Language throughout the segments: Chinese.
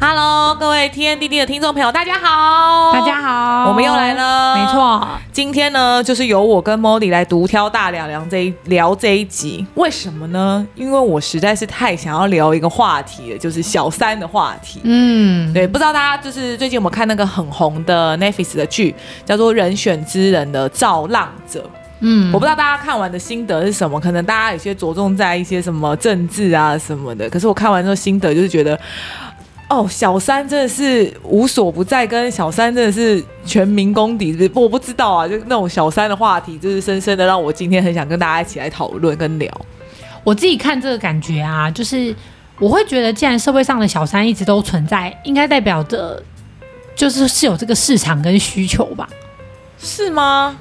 Hello，各位 TNDD 的听众朋友，大家好，大家好，哦我们又来了，没错。今天呢，就是由我跟 Mody 来独挑大梁梁这一聊这一集。为什么呢？因为我实在是太想要聊一个话题了，就是小三的话题。嗯，对，不知道大家就是最近有没有看那个很红的 Netflix 的剧，叫做《人选之人》的《造浪者》。嗯，我不知道大家看完的心得是什么，可能大家有些着重在一些什么政治啊什么的，可是我看完之后心得就是觉得，哦，小三真的是无所不在，跟小三真的是全民公敌，不我不知道啊，就那种小三的话题，就是深深的让我今天很想跟大家一起来讨论跟聊。我自己看这个感觉啊，就是我会觉得，既然社会上的小三一直都存在，应该代表着就是是有这个市场跟需求吧。是吗？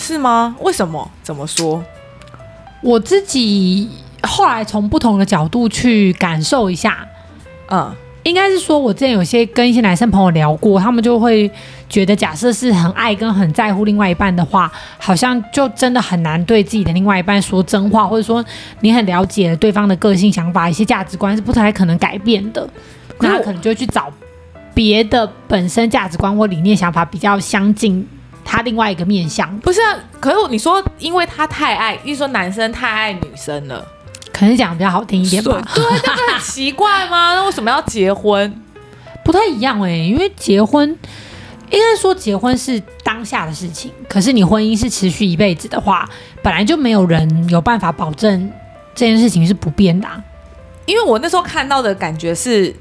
是吗？为什么？怎么说？我自己后来从不同的角度去感受一下，嗯应该是说，我之前有些跟一些男生朋友聊过，他们就会觉得，假设是很爱跟很在乎另外一半的话，好像就真的很难对自己的另外一半说真话，或者说你很了解对方的个性、想法、一些价值观是不太可能改变的，可是那我他可能就会去找别的本身价值观或理念、想法比较相近他另外一个面向，不是啊，可是你说，因为他太爱，你说男生太爱女生了，可能讲得比较好听一点所以吧，对，这不是很奇怪吗？那为什么要结婚？不太一样哎、因为结婚，应该说结婚是当下的事情，可是你婚姻是持续一辈子的话，本来就没有人有办法保证这件事情是不变的啊、因为我那时候看到的感觉是，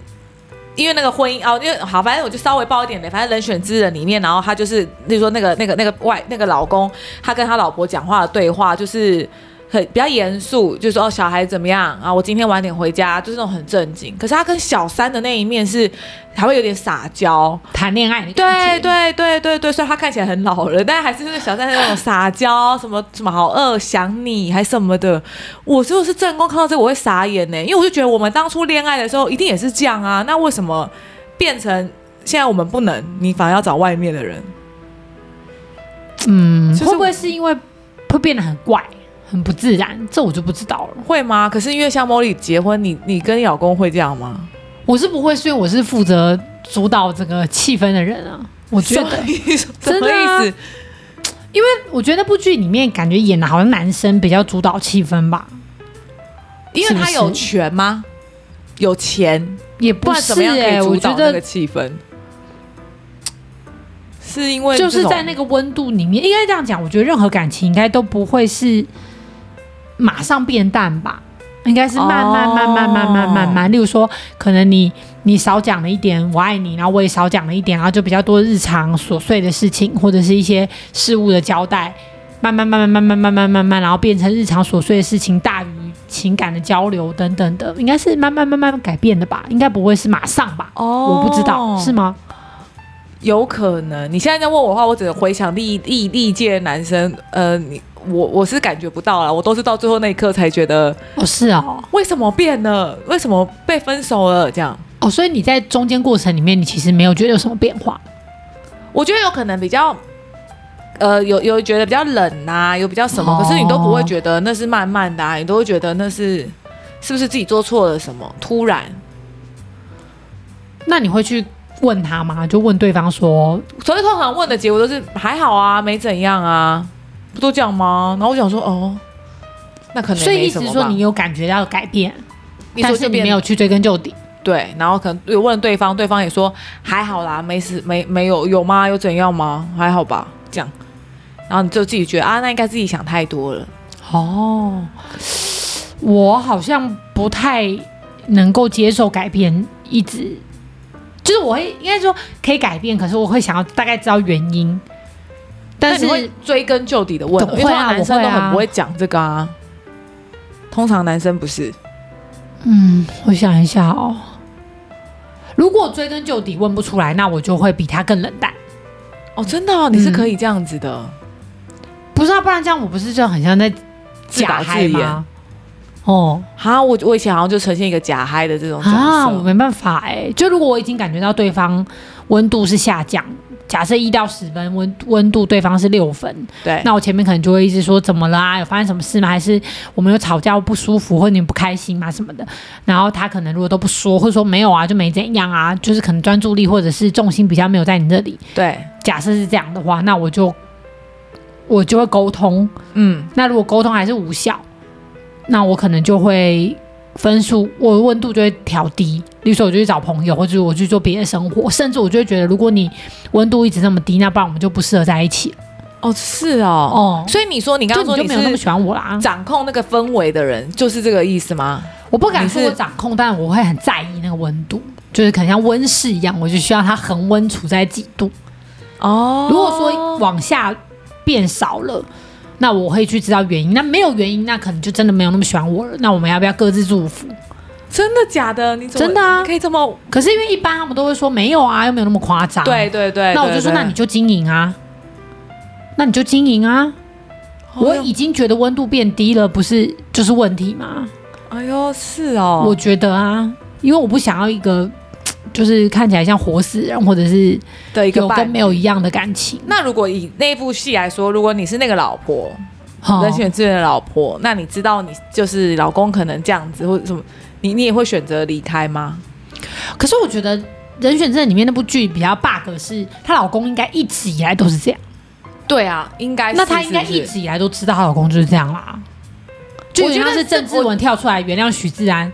因为那个婚姻哦，因为好，反正我就稍微爆一点的，反正《人选之人》里面，然后他就是，例如说那个那个那个外那个老公，他跟他老婆讲话的对话就是。很比较严肃，就是说哦，小孩怎么样啊？我今天晚点回家，就是那种很正经。可是他跟小三的那一面是，还会有点撒娇，谈恋爱的对感觉对对对对，虽然他看起来很老了，但还是就是小三那种撒娇，什么什么好饿想你，还什么的。我就是正宫看到这个我会傻眼呢、因为我就觉得我们当初恋爱的时候一定也是这样啊，那为什么变成现在我们不能，你反而要找外面的人？嗯，就是会不会是因为会变得很怪、很不自然？这我就不知道了。会吗？可是因为像茉莉结婚，你你跟你老公会这样吗？我是不会，是因为我是负责主导整个气氛的人啊。我觉得什么，意思？什真么的啊意思？我觉得那部剧里面感觉演的好像男生比较主导气氛吧，因为他是有不是权吗？有钱，也不欸不然是怎么样可哎、以主我导觉那得个气氛？是因为就是这种在那个温度里面，应该这样讲，我觉得任何感情应该都不会是马上变淡吧，应该是慢慢哦慢慢慢慢慢慢。例如说，可能你你少讲了一点“我爱你”，然后我也少讲了一点，然后就比较多日常琐碎的事情，或者是一些事物的交代，慢慢慢慢慢慢慢慢慢慢，然后变成日常琐碎的事情大于情感的交流等等的，应该是慢慢慢慢改变的吧，应该不会是马上吧。哦我不知道是吗？有可能。你现在在问我的话，我只能回想历历历届的男生，呃，你我我是感觉不到了，我都是到最后那一刻才觉得哦，是哦，为什么变了，为什么被分手了这样。哦，所以你在中间过程里面，你其实没有觉得有什么变化，我觉得有可能比较。呃，有有觉得比较冷呐、有比较什么，哦可是你都不会觉得那是慢慢的、啊，你都会觉得那是是不是自己做错了什么？突然，那你会去问他吗？就问对方说，所以通常问的结果都是还好啊，没怎样啊，不都这样吗？然后我想说，哦，那可能也所以没意什思么是吧说你有感觉到改变，你但说是就你变没有去追根究底。对，然后可能有问对方，对方也说还好啦，没事，没没有有吗？有怎样吗？还好吧，这样，然后你就自己觉得啊，那应该自己想太多了。哦，我好像不太能够接受改变，一直就是我会应该说可以改变，可是我会想要大概知道原因，但那你是会追根究底的问哦，会啊因为通常男生都我会很啊不会讲这个啊。通常男生不是，嗯，我想一下哦，如果追根究底问不出来，那我就会比他更冷淡。哦，真的哦，你是嗯可以这样子的，不是啊，不然这样我不是就很像在自导假自嗨演吗？哦哈，我我以前好像就呈现一个假嗨的这种角色，啊，我没办法哎、就如果我已经感觉到对方温度是下降，假设一到十分温温度对方是六分，对，那我前面可能就会一直说怎么了啊？有发生什么事吗？还是我们有吵架不舒服，或者你不开心吗？什么的。然后他可能如果都不说，或者说没有啊，就没怎样啊，就是可能专注力或者是重心比较没有在你这里。对，假设是这样的话，那我就我就会沟通。嗯，那如果沟通还是无效，那我可能就会分数，我的温度就会调低。例如说，我就去找朋友，或者我去做别的生活，甚至我就会觉得，如果你温度一直这么低，那不然我们就不适合在一起了。哦，是哦，哦，所以你说你刚就刚你说就没有那么你是喜欢我啦。掌控那个氛围的人，就是这个意思吗？我不敢你说是我掌控，但我会很在意那个温度，就是可能像温室一样，我就需要它恒温处在几度。哦，如果说往下变少了。那我会去知道原因，那没有原因，那可能就真的没有那么喜欢我了。那我们要不要各自祝福？真的假的，你怎么真的啊可以这么？可是因为一般他们都会说没有啊，又没有那么夸张。对对对，那我就对说，对那你就经营啊，那你就经营啊。哦我哟已经觉得温度变低了，不是就是问题吗？哎呦是哦，我觉得啊，因为我不想要一个就是看起来像活死人，或者是的一个有跟伴没。有一样的感情。那如果以那部戏来说，如果你是那个老婆，嗯好人选之人的老婆，那你知道你就是老公可能这样子或者什么，你你也会选择离开吗？可是我觉得《人选之人》里面那部剧比较 bug 是，她老公应该一直以来都是这样，对啊，应该那她应该一直以来都知道她老公就是这样啦。就有点像是郑志文跳出来原谅许志安，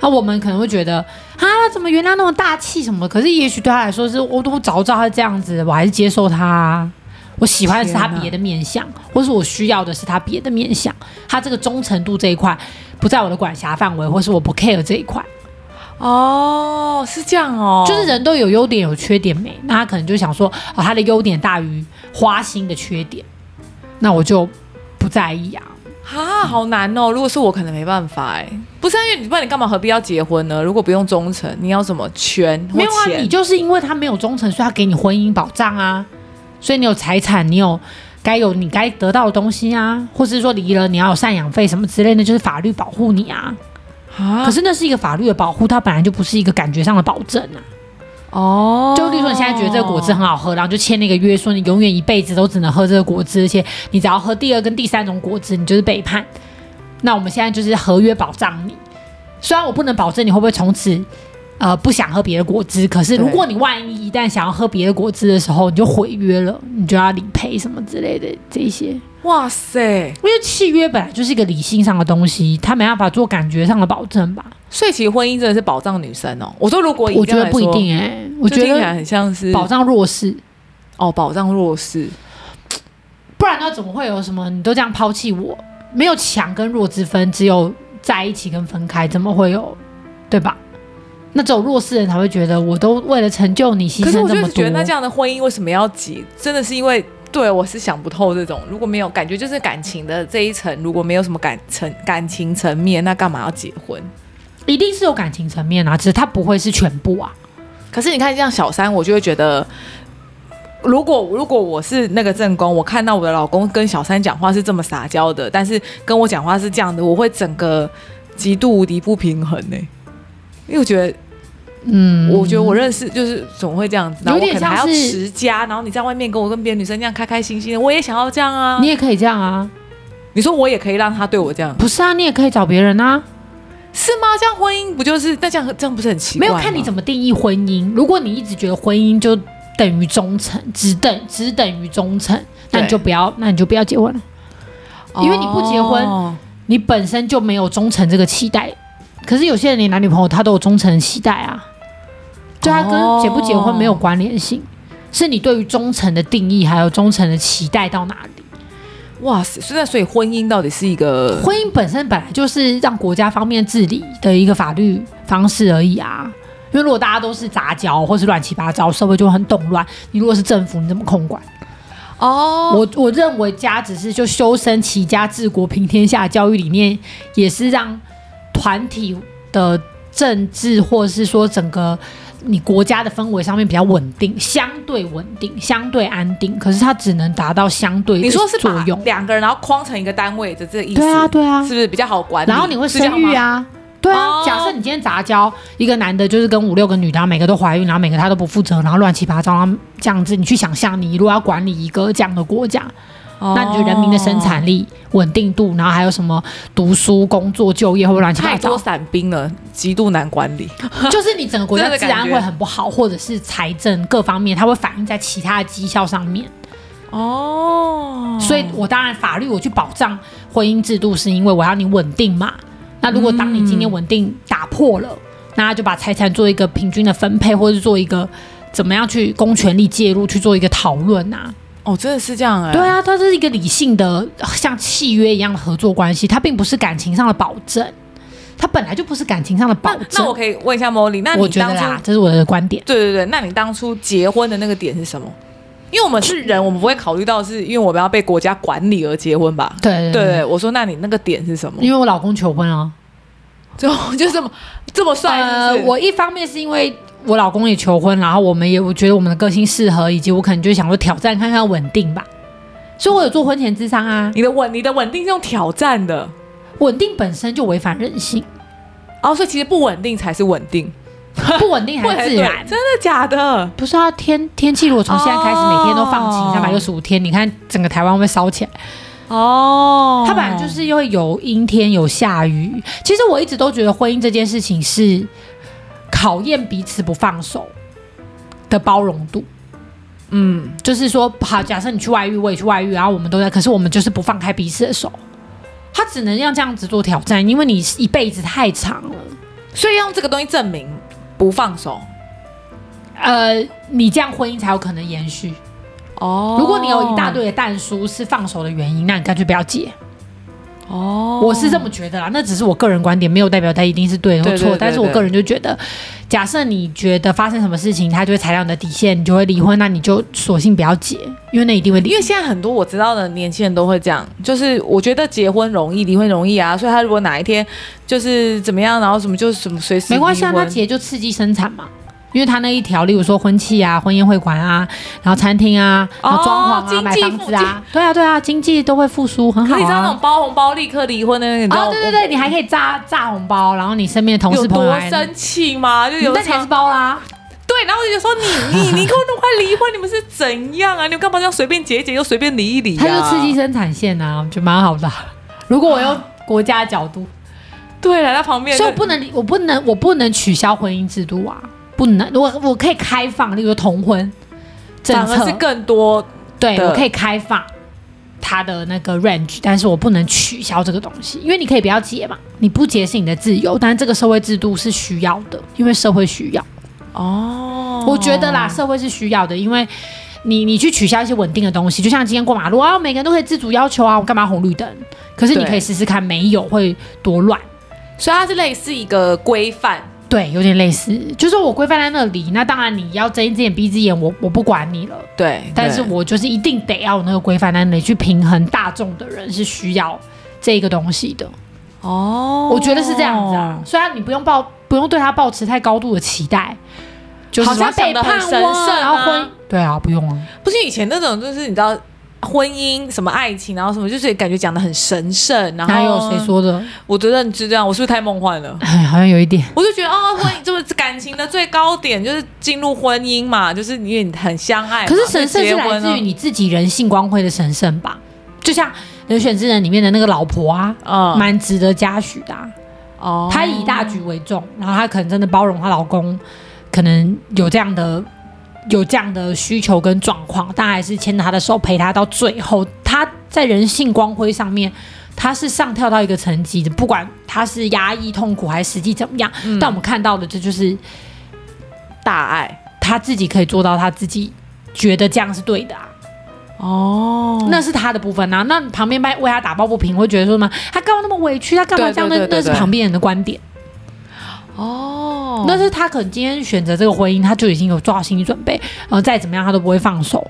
那、我们可能会觉得啊，怎么原谅那么大气什么的？可是也许对她来说是，我都早知道她这样子，我还是接受她啊。我喜欢的是她天哪别的面相，或是我需要的是她别的面相。她这个忠诚度这一块不在我的管辖范围，或是我不 care 这一块。哦，是这样哦，就是人都有优点有缺点没，那他可能就想说，哦，他的优点大于花心的缺点，那我就不在意啊。啊，好难哦。如果是我，可能没办法哎。不是、啊，因为你不然你干嘛何必要结婚呢？如果不用忠诚，你要什么权或没有啊，钱你就是因为他没有忠诚，所以他给你婚姻保障啊，所以你有财产，你有该有你该得到的东西啊，或是说离了你要有赡养费什么之类的，就是法律保护你啊。啊可是那是一个法律的保护，它本来就不是一个感觉上的保证啊。哦，就例如说，你现在觉得这个果汁很好喝，然后就签那个约，说你永远一辈子都只能喝这个果汁，而且你只要喝第二跟第三种果汁，你就是背叛。那我们现在就是合约保障你，虽然我不能保证你会不会从此呃不想喝别的果汁，可是如果你万一一旦想要喝别的果汁的时候，你就毁约了，你就要理赔什么之类的这一些。哇塞，因为契约本来就是一个理性上的东西，它没办法做感觉上的保证吧？所以其实婚姻真的是保障女生哦。我说如果以我这觉样得来不一说，定哎、我就觉听起来得很像是保障弱势。哦，保障弱势不然的话怎么会有什么你都这样抛弃我？没有强跟弱之分，只有在一起跟分开，怎么会有？对吧？那只有弱势人才会觉得，我都为了成就你牺可是牲我这就么是觉得，那这多。样的婚姻为什么要急？真的是因为对我是想不透这种，如果没有感觉，就是感情的这一层，如果没有什么感层感情层面，那干嘛要结婚？一定是有感情层面啊，只是它不会是全部啊。可是你看，像小三，我就会觉得，如果如果我是那个正宫，我看到我的老公跟小三讲话是这么撒娇的，但是跟我讲话是这样的，我会整个极度无敌不平衡呢、因为我觉得，嗯，我觉得我认识就是总会这样子，然后我有点可能还要像是持家，然后你在外面跟我跟别的女生这样开开心心的，我也想要这样啊。你你也可以这样啊，你说我也可以让他对我这样，不是啊，你也可以找别人啊。是吗？这样婚姻不就是那这样这样不是很奇没怪啊有吗？看你怎么定义婚姻。如果你一直觉得婚姻就等于忠诚，只等只等于忠诚，那你对就不要，那你就不要结婚了。因为你不结婚哦你本身就没有忠诚这个期待。可是有些人连男女朋友他都有忠诚的期待啊，就他跟哦结不结婚没有关联性，是你对于忠诚的定义还有忠诚的期待到哪里。哇塞，所以那所以婚姻到底是一个婚姻本身本来就是让国家方面治理的一个法律方式而已啊。因为如果大家都是杂交或是乱七八糟，社会就会很动乱。你如果是政府，你怎么控管？哦我我认为家只是就修身齐家治国平天下教育理念，也是让团体的政治或是说整个你国家的氛围上面比较稳定，相对稳定，相对安定，可是它只能达到相对的你说是作把用。两个人然后框成一个单位的这个意思？对啊，对啊，是不是比较好管理？然后你会是这样生育吗？啊。对啊，哦假设你今天杂交一个男的，就是跟五六个女的，然后每个都怀孕，然后每个他都不负责，然后乱七八糟，然后这样子，你去想象，你如果要管理一个这样的国家，哦那你觉得人民的生产力、稳定度，然后还有什么读书、工作、就业，会不会乱七八太糟多？ 伞兵了，极度难管理。就是你整个国家真的治感安觉会很不好，或者是财政各方面，它会反映在其他的绩效上面。哦，所以我当然法律我去保障婚姻制度，是因为我要你稳定嘛。那如果当你今天稳定打破了，那就把财产做一个平均的分配，或者是做一个怎么样去公权力介入去做一个讨论啊呐、哦，真的是这样哎、对，啊，它这是一个理性的，像契约一样的合作关系，它并不是感情上的保证，它本来就不是感情上的保那那证。我可以问一下 Molly，那我你觉得当啦初，这是我的观点。对对对，那你当初结婚的那个点是什么？因为我们是人，我们不会考虑到是因为我们要被国家管理而结婚吧？对对对对，我说那你那个点是什么？因为我老公求婚啊。就就这么这么帅呃啊是，不是我一方面是因为我老公也求婚，然后我们也我觉得我们的个性适合，以及我可能就想说挑战看看稳定吧。所以我有做婚前智商啊，你的稳你的稳定是用挑战的，稳定本身就违反人 性，哦，所以其实不稳定才是稳定，不稳定不还自然对。真的假的？不是啊，天天气如果从现在开始哦每天都放晴三百六十五天，你看整个台湾会不会烧起来。哦，它本来就是因为有阴天有下雨。其实我一直都觉得婚姻这件事情是考验彼此不放手的包容度。嗯，就是说，好，假设你去外遇，我也去外遇，然啊后我们都在，可是我们就是不放开彼此的手，他只能让这样子做挑战，因为你一辈子太长了。嗯所以用这个东西证明不放手。呃，你这样婚姻才有可能延续。哦如果你有一大堆的蛋叔是放手的原因，那你干脆不要结。哦，我是这么觉得啦，那只是我个人观点，没有代表他一定是对或对对错。对但是我对个人就觉得，假设你觉得发生什么事情，他就会踩到你的底线，你就会离婚，那你就索性不要结，因为那一定会离因。为现在很多我知道的年轻人都会这样，就是我觉得结婚容易，离婚容易啊，所以他如果哪一天就是怎么样，然后什么就什么随时没关系啊，离那婚姐就刺激生产嘛。因为他那一条，例如说婚庆啊、婚宴会馆啊，然后餐厅啊，然后装潢啊、哦经济买房子啊，对啊对啊，经济都会复苏，很好可是你知道那啊种。包红包立刻离婚的那个，你知道哦，我对对对，你还可以炸炸红包，然后你身边的同有事朋友多来，生气吗？就有但你还是包啦。对，然后我就说你 你你跟我那么快离婚，你们是怎样啊？你们干嘛这样随便结一结又随便离一离、啊？他就刺激。生产线啊，我觉得蛮好的 啊。如果我用国家的角度， 对了，他旁边所以我就不能，我不能，我不能取消婚姻制度啊，不能。我我可以开放，例如说同婚政反策而是更多对的我可以开放它的那个 range，但是我不能取消这个东西，因为你可以不要结嘛，你不结是你的自由，但是这个社会制度是需要的，因为社会需要，哦我觉得啦，社会是需要的，因为。你你去取消一些稳定的东西，就像今天过马路啊，每个人都可以自主要求啊，我干嘛红绿灯？可是你对可以试试看，没有会多乱。所以它是类似一个规范，对，有点类似，就是我规范在那里，那当然你要睁一只眼闭一只眼，我我不管你了。对，但是我就是一定得要有那个规范在那里去平衡大众的人是需要这个东西的，哦我觉得是这样子啊。，虽然你不用抱，不用对他抱持太高度的期待，就是好像什么想背得叛很神我圣啊然后婚对啊，不用啊，不是以前那种就是你知道。婚姻什么爱情，然后什么，就是感觉讲的很神圣，然后哪有谁？说的？我觉得你是这样，我是不是太梦幻了？哦哎，好像有一点。我就觉得哦，婚姻就是感情的最高点，就是进入婚姻嘛，就是因为你很相爱嘛。可是神圣是哎所以结来婚自于了，你自己人性光辉的神圣吧？就像《人选之人》里面的那个老婆啊，嗯，蛮值得嘉许的、啊。哦她以大局为重，然后她可能真的包容她老公，可能有这样的有这样的需求跟状况，但还是牵着她的手陪她到最后。她在人性光辉上面，她是上跳到一个层级的，不管她是压抑痛苦还是实际怎么样，嗯但我们看到的这就是大爱她自己可以做到她自己觉得这样是对的啊。哦那是他的部分啊，那旁边为他打抱不平，会觉得说什么？他干嘛那么委屈？他干嘛这样？对那对对对那是对旁边人的观点。哦但是他可能今天选择这个婚姻，他就已经有做好心理准备，呃，再怎么样他都不会放手。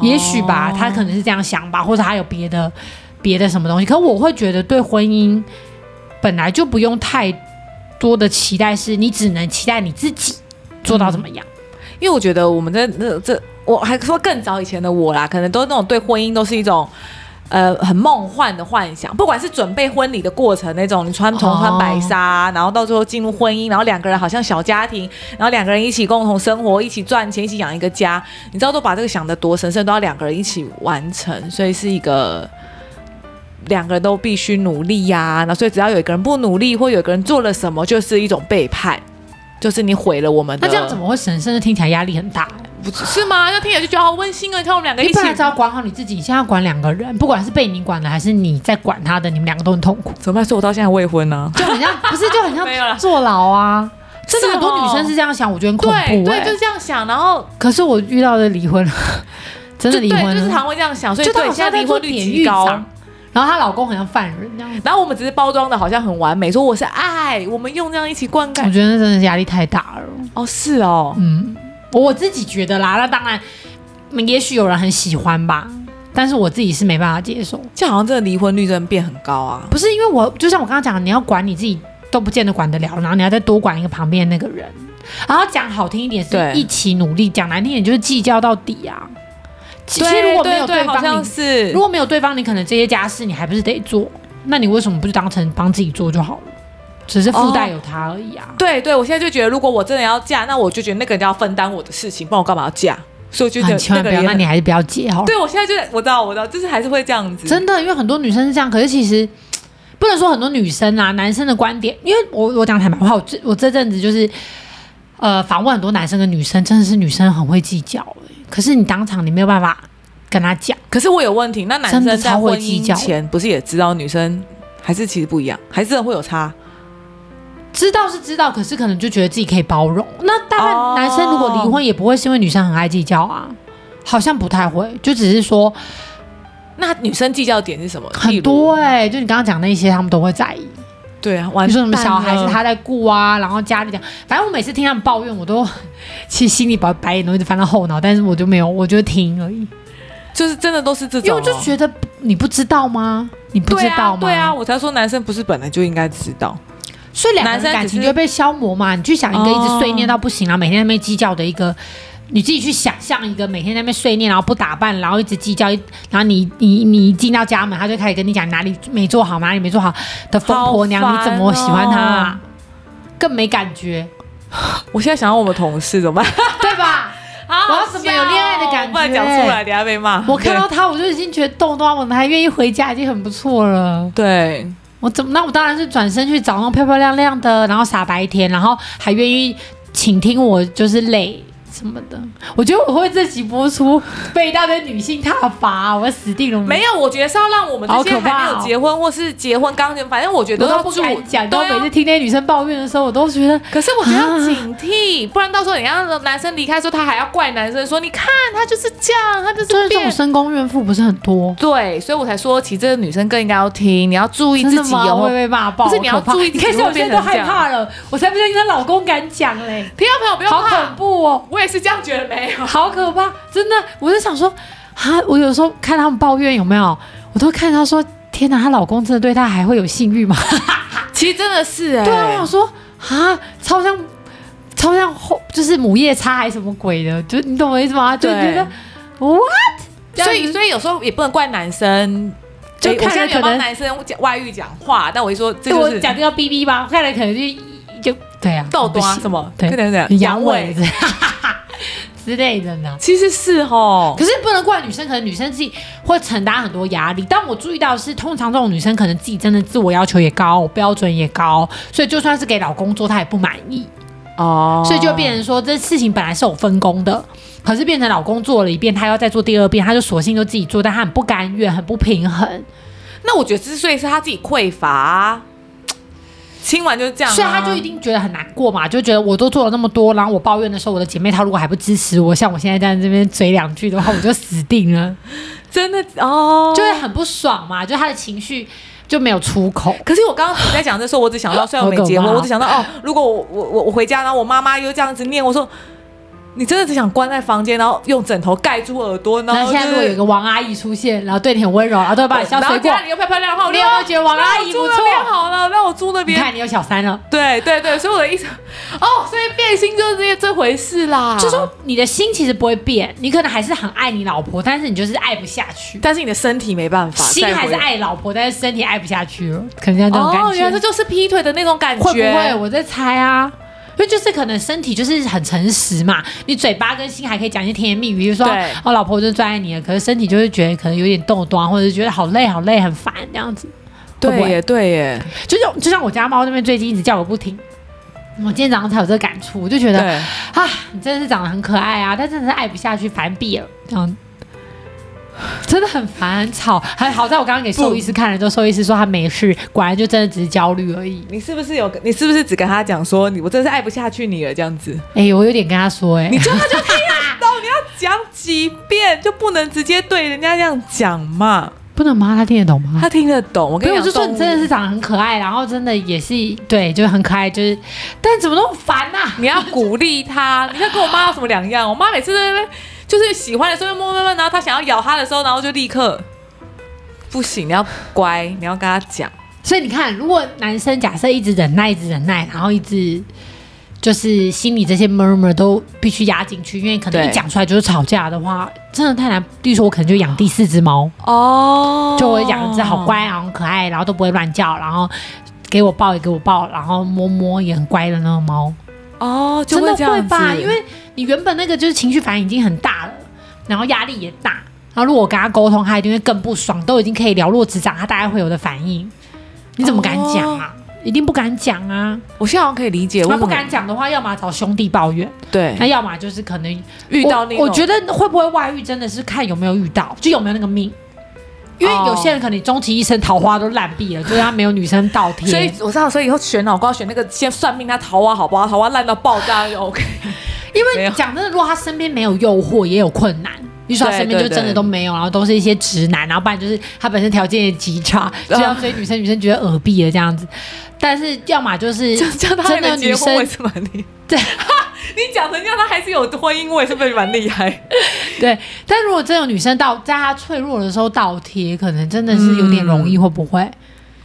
也许吧，他可能是这样想哦吧，或者他有别的别的什么东西。可我会觉得，对婚姻本来就不用太多的期待，是你只能期待你自己做嗯到怎么样？因为我觉得我们在这这，我还说更早以前的我啦，可能都那种对婚姻都是一种。呃，很梦幻的幻想，不管是准备婚礼的过程那种，你穿红穿白哦纱，然后到最后进入婚姻，然后两个人好像小家庭，然后两个人一起共同生活，一起赚钱，一起养一个家，你知道都把这个想得多神圣，都要两个人一起完成，所以是一个两个人都必须努力呀、那所以只要有一个人不努力，或有一个人做了什么，就是一种背叛，就是你毁了我们的。那这样怎么会神圣的听起来压力很大？不是是吗？那听起来就觉得好温馨啊！你看我们两个一你起本来只要管好你自己，你现在要管两个人，不管是被你管的还是你在管他的，你们两个都很痛苦，怎么办？说我到现在未婚呢、就很 像不是就很没有啦像坐牢啊。真的是很多哦女生是这样想，我觉得很恐对怖、对，欸。就是这样想，然后可是我遇到的离婚了， 真的就离对，婚就是了，常会这样想，所以就她对好现在像离在婚做率典极狱高。长，然后她老公好像犯人这样子。然后我们只是包装的好像很完美，说我是爱，我们用这样一起灌我溉。觉得那真的是压力太大了。哦，是哦，嗯，我自己觉得啦，那当然，嗯也许有人很喜欢吧，但是我自己是没办法接受。这样好像真的离婚率真的变很高啊。不是因为我，就像我刚刚讲，你要管你自己都不见得管得了，然后你要再多管一个旁边那个人。然后讲好听一点对是一起努力，讲难听点就是计较到底啊。其其实如果没有对，好方，像你是如。果没有对方，你可能这些家事你还不是得做，那你为什么不就当成帮自己做就好了？只是附哦带有他而已啊。对对，我现在就觉得，如果我真的要嫁，那我就觉得那个人要分担我的事情，不然我干嘛要嫁？所以我就觉啊得你千万个不人要，也那很你还是不要结好了。对我现在就我知道，我知道，就是还是会这样子。真的，因为很多女生是这样，可是其实不能说很多女生啊，男生的观点，因为我我讲坦白话，我这我这阵子就是呃访问很多男生跟女生，真的是女生很会计较、欸、可是你当场你没有办法跟他讲，可是我有问题，那男真生的在超会婚计姻较前不是也知道女生还是其实不一样，还是真的会有差？知道是知道，可是可能就觉得自己可以包容。那当哦然，男生如果离婚也不会是因为女生很爱计较啊，好像不太会，就只是说那女生计较点是什么？例很如多哎、就你刚刚讲那些，他们都会在意。对啊，完你说什么蛋小孩是了他在顾啊，然后家里讲，反正我每次听他们抱怨，我都 其实心里把白眼都一直翻到后脑，但是我就没有，我就听而已，就是真的都是这种哦、因为我就觉得你不知道吗？你不知对道啊，吗？对啊，我才说男生不是本来就应该知道，所以两个人男生的感只情是就会被消磨嘛。你去想一个一哦直碎念到不行，然啊后每天在那边计较的一个，你自己去想象一个每天在那边碎念，然后不打扮，然后一直计较，一然后你你你一进到家门，他就开始跟你讲哪里没做好，哪里没做好的疯婆娘，好烦你怎么喜欢哦她、啊？更没感觉，我现在想到我们同事 怎么办？对吧？好我要怎么有恋爱的感觉不然讲出来，等下被骂。 我看到他，我就已经觉得动都要吻，还愿意回家，已经很不错了。对对我怎么？那我当然是转身去找那种漂漂亮亮的，然后傻白甜，然后还愿意倾听我，就是累什么的。我觉得我会这集播出被一大堆女性挞伐，我死定了。没有，我觉得是要让我们这些好可还没怕哦有结婚或是结婚刚结婚，反正我觉得我要都不注敢讲，对都啊每次听那些女生抱怨的时候，我都觉得可是我觉得要警惕，不然到时候人家男生离开的时候，他还要怪男生说：“你看他就是这样，他就是就是这变种。深宫怨妇不是很多”，对，所以我才说，其实这个女生更应该要听，你要注意真自的己吗？有我也没有。被骂爆，不是你要好可怕注意自你己看像会我不会现在变成都害这样怕了，我才不相信她老公敢讲嘞，听众朋友不用好怕恐，怖哦。我也是这样觉得，没有。好可怕！真的，我就想说，哈，我有时候看他们抱怨有没有，我都看他说，天哪，她老公真的对她还会有性欲吗？其实真的是哎、对啊，我想说，啊，超像，超像后就是母夜叉还是什么鬼的，就你懂我意思吗？就对觉得 what？所以所以有时候也不能怪男生。就诶我看现在没有着可帮能男生讲外遇讲话，但我一说这对就我是讲这个哔哔吧，我看了可能就就对啊，豆不多啊行什么，对跟讲阳痿，之之类的呢。其实是哦，可是不能怪女生，可能女生自己会承担很多压力。但我注意到的是，通常这种女生可能自己真的自我要求也高，标准也高，所以就算是给老公做，她也不满意，哦，所以就变成说这事情本来是有分工的，可是变成老公做了一遍，她要再做第二遍，她就索性就自己做，但她很不甘愿，很不平衡，那我觉得之所以是他自己匮乏啊，亲完就是这样啊，所以她就一定觉得很难过嘛，就觉得我都做了那么多，然后我抱怨的时候，我的姐妹她如果还不支持我，像我现在在这边嘴两句的话，我就死定了，真的哦，就会很不爽嘛，就她的情绪就没有出口。可是我刚刚你在讲这时候，我只想到，虽然我没结好婚，可怕我只想到哦，如果我我我我回家，然后我妈妈又这样子念我说，你真的只想关在房间，然后用枕头盖住耳朵，然然后后现在如就果有是一个王阿姨出现，然后对你很温柔，然后都会帮你削然后水果家，里又漂漂亮亮的话，我你就有没有觉得王阿姨那不我错住那？边好了，让我住那你边。看你有小三了，对对对，所以我的意思，哦，所以变心就是这这回事啦。就说，你的心其实不会变，你可能还是很爱你老婆，但是你就是爱不下去，但是你的身体没办法，心再回还是。爱老婆，但是身体爱不下去了，可能像这种感哦，觉。原来这就是劈腿的那种感觉。会不会？我在猜啊，因为就是可能身体就是很诚实嘛，你嘴巴跟心还可以讲一些甜言蜜语，就说对哦，老婆我就最爱你了，可是身体就会觉得可能有点动端，或者是觉得好累好累很烦这样子。会不对会耶，对耶，就像就像我家猫那边最近一直叫个不停，我今天早上才有这个感触，我就觉得对。啊，你真的是长得很可爱啊，但真的是爱不下去，烦毙了，这样。真的很烦，很吵，还好在我刚刚给兽医师看了之后，兽医师说他没事，果然就真的只是焦虑而已。你是不是有？你是不是只跟他讲说你我真的是爱不下去你了这样子？哎、我有点跟他说、哎，你真的就这样到你要讲几遍就不能直接对人家这样讲嘛？不能吗？他听得懂吗？他听得懂，我没跟有，你我讲，就说你真的动物是长得很可爱，然后真的也是对，就是很可爱，就是，但怎么那么烦啊呐、你要鼓励他，你看跟我妈有什么两样？我妈每次在那边就是喜欢的时候就摸摸摸，然后她想要咬他的时候，然后就立刻不行，你要乖，你要跟他讲。所以你看，如果男生假设一直忍耐，一直忍耐，然后一直就是心里这些 murmur 都必须压进去，因为可能对一讲出来就是吵架的话，真的太难。例如说，我可能就养第四只猫，哦就我养一只好，啊乖，然后很可爱，然后都不会乱叫，然后给我抱也给我抱，然后摸摸也很乖的那种猫。哦，就真会的这样会子吧？因为你原本那个就是情绪反应已经很大了，然后压力也大，然后如果我跟他沟通，他一定会更不爽，都已经可以了若指掌，他大概会有的反应。你怎么敢讲啊？一定不敢讲啊！我现在好像可以理解为那什么不敢讲的话，要么找兄弟抱怨，对那要么就是可能遇到那我。我种觉得会不会外遇真的是看有没有遇到，就有没有那个命。因为有些人可能终其一生桃花都烂毙了，就是他没有女生倒贴，所以我知道，所以以后选老公要选那个先算命，他桃花好不好？桃花烂到爆炸就 OK。因没为有讲真的，如果他身边没有诱惑，也有困难。你说他对身边就对真的对都没有，然后都是一些直男，然后不然就是他本身条件也 极啊差，就要追女生，女生觉得耳闭了这样子。但是要 么就是这这样他还真的能女结婚，为生什么你？对你讲成这样，他还是有婚姻，我也是 不是蛮厉害？对，但如果真有女生到在她脆弱的时候倒贴，可能真的是有点容易，会不会？嗯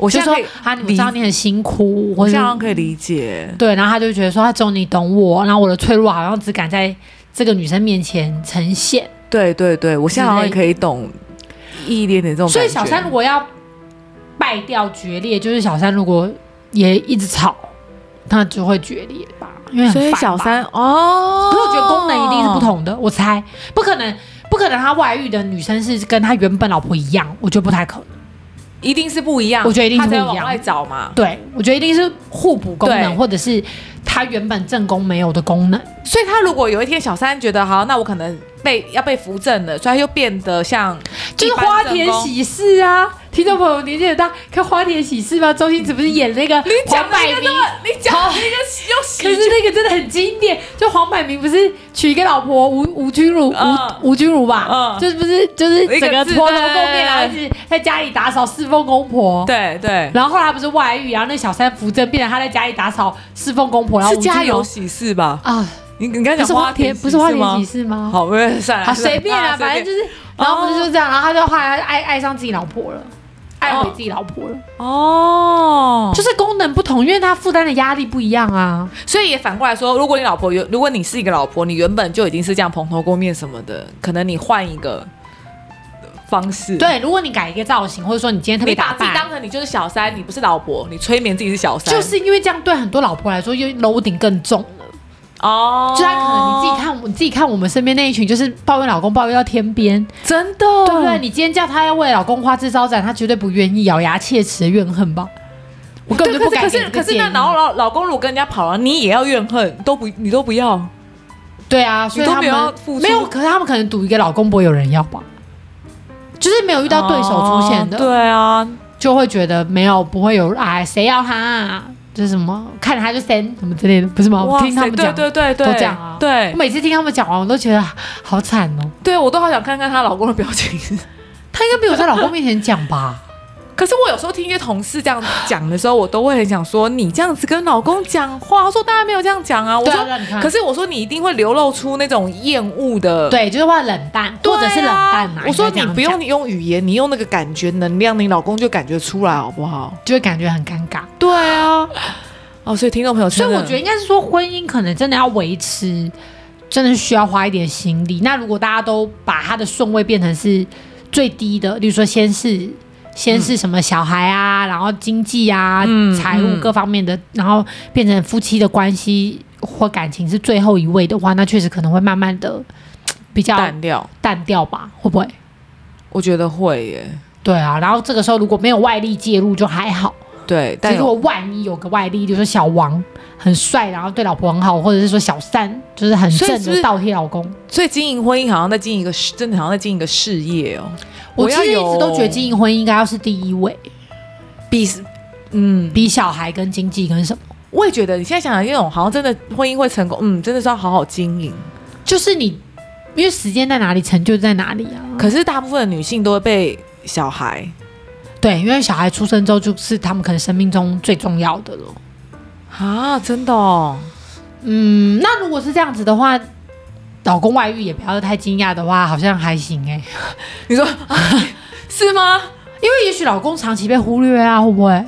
我就现在说可以啊，你我理知道你很辛苦，我或现者在好像可以理解。对，然后他就觉得说他只有你懂我，然后我的脆弱好像只敢在这个女生面前呈现。对对对，我现在好像也可以懂一点点这种感觉。所以小三如果要败掉决裂，就是小三如果也一直吵，那就会决裂吧，因为很所以烦吧小，三哦，可是我觉得功能一定是不。同的，我猜不可能，不可能他外遇的女生是跟他原本老婆一样，我觉得不太可能。一定是不一样，我觉得一定是他不一才样往外找嘛。对，我觉得一定是互补功能，对或者是他原本正宫没有的功能。所以他如果有一天小三觉得好，那我可能被要被扶正了，所以他就变得像就是一般花正田宫喜事啊，听众朋友年纪很大，看花田喜事吗？周星驰不是演那个 黄讲的百一个鸣这么，你讲 的一个又喜可是那个真的很经典，就黄百鸣不是娶一个老婆吴吴君如嗯吴吴君如吧，嗯就是不是就是整个一个字蓬头垢面，对然后一直在家里打扫侍奉公婆。对对，然后后来不是外遇，然后那小三扶正，变成他在家里打扫侍奉公婆，然后是吴君如家有喜事吧？啊，你你刚才不是讲花田田不是花田喜事事吗吗？？ 好，没有算了，好算了随 便啦，啊随反正便就是，然后不是就这样，然后他就后来爱爱上自己老婆了，爱回哦自己老婆了，哦，就是功能不同，因为他负担的压力不一样啊。所以也反过来说，如果你老婆有，如果你是一个老婆，你原本就已经是这样蓬头垢面什么的，可能你换一个呃方式，，对，如果你改一个造型，或者说你今天特别你打把自己扮，当成你就是小三，你不是老婆，你催眠自己是小三，就是因为这样对很多老婆来说，又 loading 更重了。哦，就她可能你自己看，你自己看我们身边那一群，就是抱怨老公抱怨到天边，真的，对不对？你今天叫她要为老公花枝招展，她绝对不愿意，咬牙切齿的怨恨吧。我根本对，就不可是可敢给是这可个是建那议。老老老公如果跟人家跑了，你也要怨恨，都不你都不要，对啊，所以都他没们有要付出没有，可是他们可能赌一个老公不会有人要吧，就是没有遇到对手出现哦的，对啊，就会觉得没有不会有哎谁要他、啊，就是什么看他就生什么之类的，不是吗？我哇听他塞，们讲对对对都对，这样啊对我每次听他们讲完，我都觉得好惨哦。对，我都好想看看她老公的表情。 她应该没有在老公面前讲吧？可是我有时候听一些同事这样讲的时候，我都会很想说，你这样子跟老公讲话，他说当然没有这样讲 啊。我对啊说，对啊你看可是我说你一定会流露出那种厌恶的，对，就是会冷淡，对啊，或者是冷淡嘛。我说应该你这样不讲用，你用语言，你用那个感觉能量，你老公就感觉出来好不好？就会感觉很尴尬。对啊， 哦，所以听众朋友所真以的，我觉得应该是说，婚姻可能真的要维持，真的是需要花一点心力。那如果大家都把他的顺位变成是最低的，例如说先是先是什么小孩啊，然后经济啊、嗯财、务各方面的，然后变成夫妻的关系或感情是最后一位的话，那确实可能会慢慢的比较淡掉，淡掉吧？会不会？我觉得会耶，对啊，然后这个时候如果没有外力介入就还好。对，但但如果万一有个外力，比如说小王很帅，然后对老婆很好，或者是说小三就是很所以正是不是的倒贴老公，所以经营婚姻好像在经营一个事，真的好像在经营一个事业哦。我其要实一有直都觉得经营婚姻应该要是第一位，比，嗯，比小孩跟经济跟什么，我也觉得你现在想想那种好像真的婚姻会成功，嗯，真的是要好好经营。就是你因为时间在哪里，成就在哪里啊。可是大部分的女性都会被小孩，对，因为小孩出生之后就是他们可能生命中最重要的了。啊，真的哦，嗯，那如果是这样子的话。老公外遇也不要太惊讶的话，好像还行哎、你说、 啊、是吗？因为也许老公长期被忽略啊，会不会？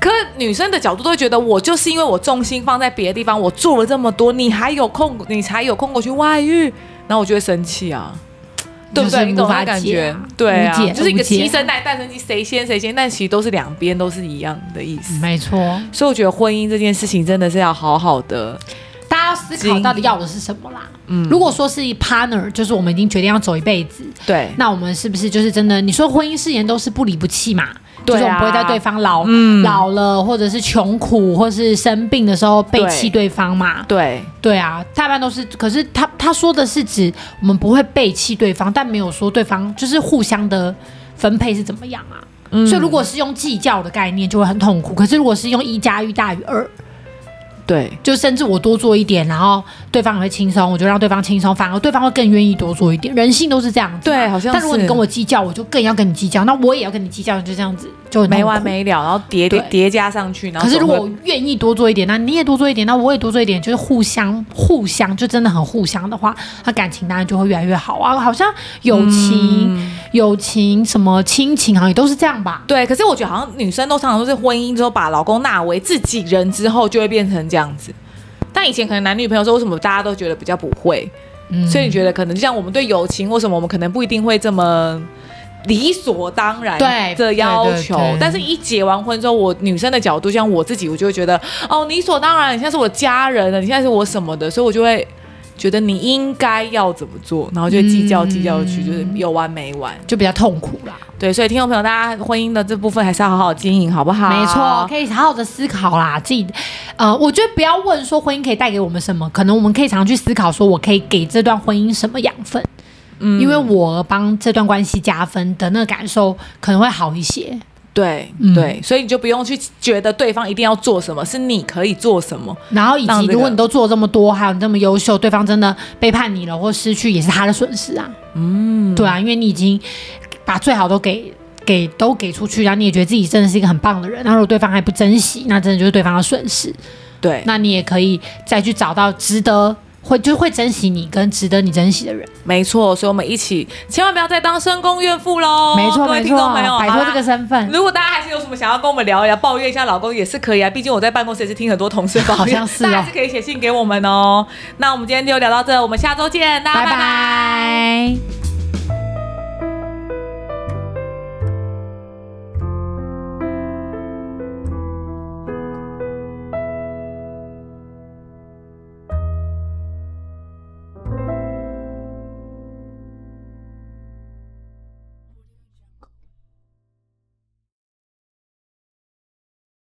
可是女生的角度都会觉得，我就是因为我重心放在别的地方，我做了这么多，你还有空，你才有空过去外遇，然后我就会生气啊，对不就是对？你懂无法那感解觉啊？对无解啊，就是一个无解鸡生蛋，蛋生鸡，谁先谁先，但其实都是两边都是一样的意思。没错，所以我觉得婚姻这件事情真的是要好好的，大家要思考到底要的是什么啦。嗯，如果说是 partner，就是我们已经决定要走一辈子，对，那我们是不是就是真的？你说婚姻誓言都是不离不弃嘛？对啊就是我们不会在对方老、嗯老了，或者是穷苦，或是生病的时候背弃对方嘛？对对啊，大半都是。可是他他说的是指我们不会背弃对方，但没有说对方就是互相的分配是怎么样啊？嗯所以如果是用计较的概念，就会很痛苦。可是如果是用一加一大于二，对，就甚至我多做一点，然后对方也会轻松，我就让对方轻松，反而对方会更愿意多做一点。人性都是这样子嘛，对好像但如果你是跟我计较，我就更要跟你计较，那我也要跟你计较，就这样子就很痛苦没完。没了，然后叠叠对叠加上去，然后可是如果总我会愿意多做一点，那你也多做一点，那我也多做一点，就是互相互相，就真的很互相的话，那感情当然就会越来越好啊。好像友情、嗯友情什么亲情，好像也都是这样吧。对，可是我觉得好像女生都常常都是婚姻之后把老公纳为自己人之后就会变成这样子。但以前可能男女朋友说，为什么大家都觉得比较不会？嗯所以你觉得可能就像我们对友情或什么，我们可能不一定会这么理所当然对的要求对对对。但是，一结完婚之后，我女生的角度，像我自己，我就会觉得哦，理所当然，你现在是我家人了，你现在是我什么的，所以我就会觉得你应该要怎么做，然后就会计较计较去，就是有完没完。就比较痛苦啦。对，所以听众朋友，大家婚姻的这部分还是要好好经营，好不好？没错，，可以好好的思考啦，自己，呃，我觉得不要问说婚姻可以带给我们什么，可能我们可以常去思考说，我可以给这段婚姻什么养分，嗯因为我帮这段关系加分的那个感受可能会好一些。对、嗯对，所以你就不用去觉得对方一定要做什么，是你可以做什么。然后以让及这个如果你都做了这么多，还有你这么优秀，对方真的背叛你了或失去，也是他的损失啊。嗯，对啊，因为你已经把最好都给。给都给出去，然后你也觉得自己真的是一个很棒的人。那如果对方还不珍惜，那真的就是对方的损失。对，那你也可以再去找到值得会就是会珍惜你跟值得你珍惜的人。没错，所以我们一起千万不要再当深宫怨妇喽。没错哦各位没听错众朋友，，摆好脱啦这个。身份，如果大家还是有什么想要跟我们聊一聊、抱怨一下老公也是可以啊，毕竟我在办公室也是听很多同事抱怨，好像是哦大家还是可以写信给我们哦。那我们今天就聊到这，我们下周见，大家拜拜拜拜